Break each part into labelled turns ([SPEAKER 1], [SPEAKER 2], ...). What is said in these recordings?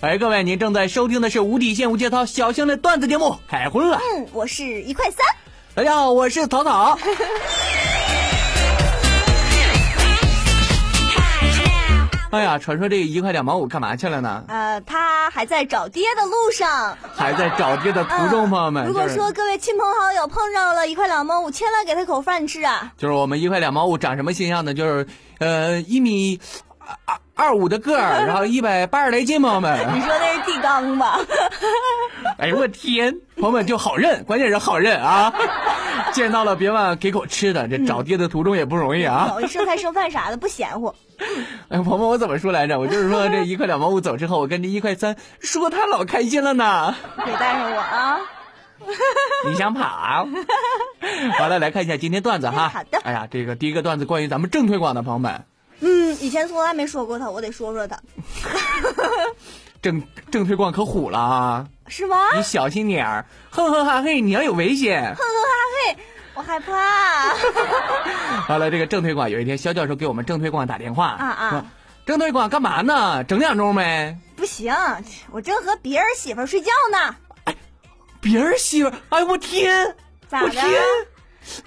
[SPEAKER 1] 哎，各位，您正在收听的是无底线无节操小生的段子节目《海昏了》。
[SPEAKER 2] 嗯，我是一块三。
[SPEAKER 1] 大家好，我是草 草。哎呀，传说这一块两毛五干嘛去了呢？
[SPEAKER 2] 呃，他还在找爹的路上。
[SPEAKER 1] 还在找爹的途中，朋友
[SPEAKER 2] 嗯
[SPEAKER 1] 们。
[SPEAKER 2] 如果
[SPEAKER 1] 就是
[SPEAKER 2] 说各位亲朋好友碰着了一块两毛五，千万给他口饭吃啊！
[SPEAKER 1] 就是我们一块两毛五长什么形象呢？就是，呃，一米二二五的个儿，然后一百八十来斤，朋友
[SPEAKER 2] 你
[SPEAKER 1] 们。
[SPEAKER 2] 说那是地缸吧？
[SPEAKER 1] 哎呦我天，朋友们就好认，关键是好认啊！见到了别忘了给口吃的，这找爹的途中也不容 易啊。
[SPEAKER 2] 我一剩菜剩饭啥的不嫌 乎。
[SPEAKER 1] 哎，朋友们，我怎么说来着？我就是说这一块两毛五走之后，我跟这一块三说他老开心了呢。
[SPEAKER 2] 别带上我啊！
[SPEAKER 1] 你想跑、啊？ 好了，来看一下今天段子哈。
[SPEAKER 2] 嗯好的
[SPEAKER 1] 哎呀，这个第一个段子关于咱们正推广的朋友们，
[SPEAKER 2] 嗯，以前从来没说过他，我得说说他，
[SPEAKER 1] 正正推广可虎了啊。
[SPEAKER 2] 是吗？
[SPEAKER 1] 你
[SPEAKER 2] 哼
[SPEAKER 1] 小心点儿，哼哼哈嘿，你要有危险。
[SPEAKER 2] 哼哈嘿，我害怕。
[SPEAKER 1] 好了，这个郑推广有一天，肖教授给我们郑推广打电话，
[SPEAKER 2] 啊啊
[SPEAKER 1] 说，郑推广干嘛呢？整两钟没？
[SPEAKER 2] 不行，我正和别人媳妇儿睡觉呢。
[SPEAKER 1] 别人媳妇儿，哎呦我天，
[SPEAKER 2] 咋的
[SPEAKER 1] 我天，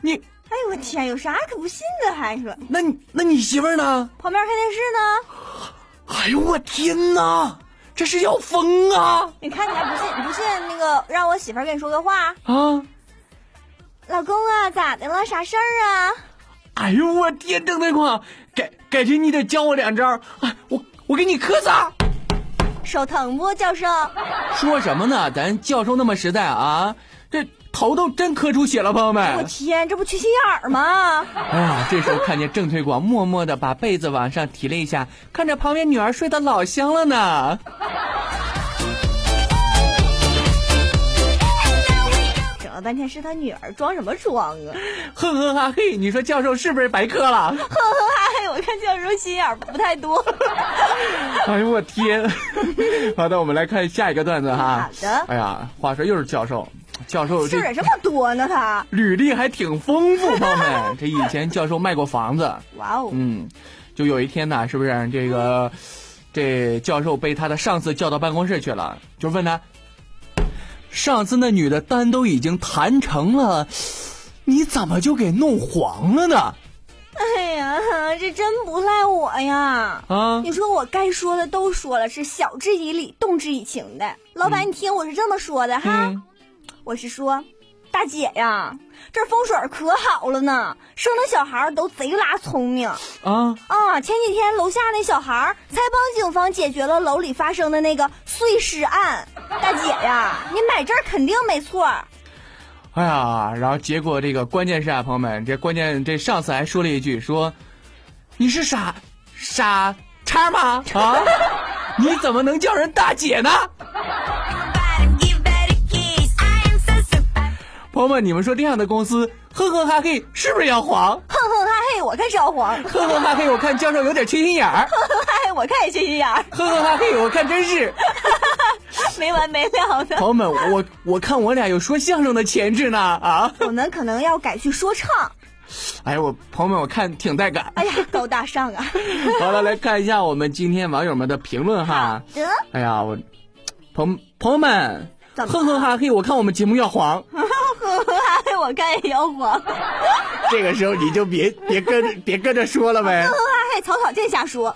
[SPEAKER 1] 你
[SPEAKER 2] 哎呦我天，有啥可不信的？还说
[SPEAKER 1] 那你那你媳妇儿呢？
[SPEAKER 2] 旁边看电视呢，
[SPEAKER 1] 哎呦我天呐，这是要疯啊
[SPEAKER 2] 你看你还不信？你不信那个让我媳妇儿跟你说个话，
[SPEAKER 1] 啊！
[SPEAKER 2] 老公啊，咋的了？啥事儿啊？
[SPEAKER 1] 哎呦我天，郑推广，改改天你得教我两招，哎，我我给你磕仨。
[SPEAKER 2] 手疼不，哎教授？
[SPEAKER 1] 说什么呢？咱教授那么实在啊，这头都真磕出血了，朋友们。
[SPEAKER 2] 我天，这不缺心眼儿吗？
[SPEAKER 1] 哎呀，这时候看见郑推广默默的把被子往上提了一下，看着旁边女儿睡得老香了呢。
[SPEAKER 2] 整了半天是他女儿，装什么装啊？
[SPEAKER 1] 哼哼哈嘿，你说教授是不是白磕了？
[SPEAKER 2] 哼哼哈嘿，我看教授心眼儿不太多。
[SPEAKER 1] 哎呦我 天！好的，我们来看下一个段子哈。
[SPEAKER 2] 好的
[SPEAKER 1] 哎呀，话说又是教授，教授
[SPEAKER 2] 事
[SPEAKER 1] 这
[SPEAKER 2] 儿这么多呢他？
[SPEAKER 1] 履历还挺丰富，朋友 们。这以前教授卖过房子，
[SPEAKER 2] 哇哦，
[SPEAKER 1] 嗯，就有一天呢，是不是这 个这教授被他的上司叫到办公室去了，就问他，上司那女的单都已经谈成了，你怎么就给弄黄了呢？
[SPEAKER 2] 哎呀，这真不赖我呀！
[SPEAKER 1] 啊，
[SPEAKER 2] 你说我该说的都说了，是晓之以理，动之以情的。老板，你听我是这么说的哈，
[SPEAKER 1] 嗯，
[SPEAKER 2] 我是说，大姐呀，这风水可好了呢，生的小孩儿都贼拉聪明
[SPEAKER 1] 啊，
[SPEAKER 2] 啊！前几天楼下那小孩儿才帮警方解决了楼里发生的那个碎尸案。大姐呀，你买这儿肯定没错儿。
[SPEAKER 1] 哎呀，然后结果这个关键是啊，朋友们，这关键这上司还说了一句说，你是傻傻叉吗？啊，你怎么能叫人大姐呢？朋友们，你们说这样的公司，哼哼哈嘿，是不是要黄？
[SPEAKER 2] 哼哼哈嘿，我看是要黄；哼
[SPEAKER 1] 哼哼哈嘿，我看教授有点缺心眼儿。
[SPEAKER 2] 哼哈嘿，我看也缺心眼儿，
[SPEAKER 1] 哼哼哈嘿，我看真是。
[SPEAKER 2] 没完没了的。
[SPEAKER 1] 朋友们，我我看我俩有说相声的潜质呢啊！
[SPEAKER 2] 我们可能要改去说唱。
[SPEAKER 1] 哎，我朋友们，我看挺带感。
[SPEAKER 2] 哎呀，高大上啊！
[SPEAKER 1] 好了，来看一下我们今天网友们的评论哈。
[SPEAKER 2] 得，
[SPEAKER 1] 哎呀，我朋朋友们，
[SPEAKER 2] 怎么
[SPEAKER 1] 哼哼哈嘿，我看我们节目要黄。
[SPEAKER 2] 哼哼哈嘿，我看也要黄。哼哼
[SPEAKER 1] 这个时候你就别别跟着别跟着说了呗。
[SPEAKER 2] 哈嘿，草草见瞎说。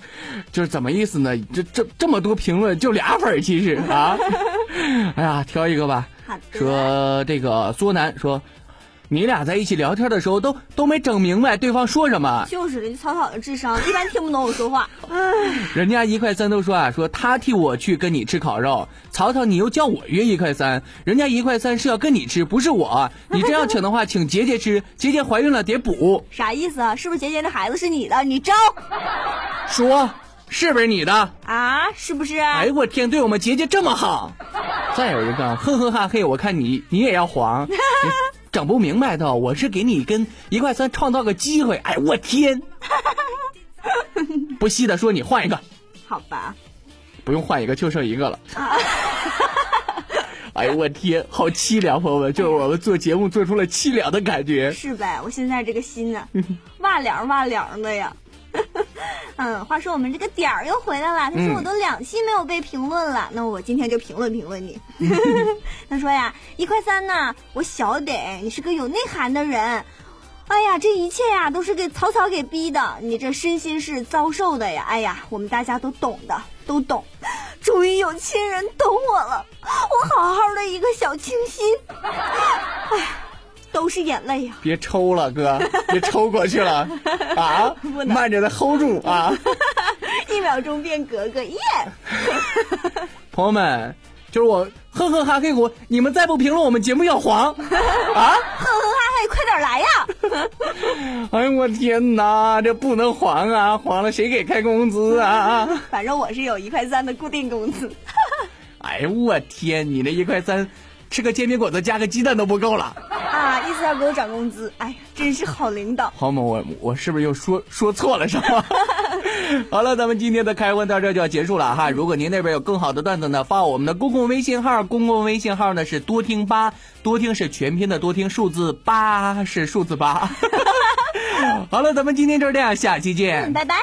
[SPEAKER 1] 就是怎么意思呢？这这这么多评论，就俩粉儿，其实啊。 哎呀，挑一个吧。
[SPEAKER 2] 好的
[SPEAKER 1] 说这个苏南说，你俩在一起聊天的时候都都没整明白对方说什么，
[SPEAKER 2] 就是的，草草的智商一般听不懂我说话。唉，
[SPEAKER 1] 人家一块三都说啊，说他替我去跟你吃烤肉，曹操你又叫我约一块三，人家一块三是要跟你吃，不是我。你真要请的话，请杰杰吃，杰杰怀孕了得补。
[SPEAKER 2] 啥意思啊？是不是姐姐那孩子是你的？你招
[SPEAKER 1] 说是不是你的？
[SPEAKER 2] 啊？是不是？
[SPEAKER 1] 哎呦我天，对我们杰杰这么好。再有一个，哼哼哈嘿，我看你你也要黄，你整不明白的，我是给你跟一块三创造个机会。哎我天，不稀的说你换一个，
[SPEAKER 2] 好吧。啊
[SPEAKER 1] 不用换一个就剩一个了。哎呦我天，好凄凉，朋友们，就是我们做节目做出了凄凉的感觉。
[SPEAKER 2] 啊是呗，我现在这个心呢、哇凉哇凉的呀。 嗯，话说我们这个点儿又回来了，他说
[SPEAKER 1] 嗯
[SPEAKER 2] 我都两期没有被评论了，那我今天就评论评论你。他说呀，一块三呐，我晓得你是个有内涵的人。哎呀，这一切呀都是给曹操给逼的，你这身心是遭受的呀！哎呀，我们大家都懂的，都懂。终于有亲人懂我了，我好好的一个小清新， 哎，都是眼泪呀、
[SPEAKER 1] 别抽了，哥，别抽过去了啊！慢着，再 hold 住啊！
[SPEAKER 2] 一秒钟变格格耶！
[SPEAKER 1] 朋友们，就是我哼哼哈嘿我，你们再不评论，我们节目要黄啊！
[SPEAKER 2] 哼哼哈嘿，快点来呀！
[SPEAKER 1] 哎呦我天哪，这不能黄啊！黄了谁给开工资啊？
[SPEAKER 2] 反正我是有一块三的固定工资。
[SPEAKER 1] 哎呦我天，你那一块三，吃个煎饼果子加个鸡蛋都不够了。
[SPEAKER 2] 啊，意思要给我涨工资，哎呀，真是好领导。
[SPEAKER 1] 朋友们，我我是不是又说说错了什么？好了，咱们今天的开问到这就要结束了哈。如果您那边有更好的段子呢，发我们的公共微信号，公共微信号呢是多听八，多听是全拼的多听，数字八是数字八。好了，咱们今天就是这样，下期见。
[SPEAKER 2] 嗯，拜拜。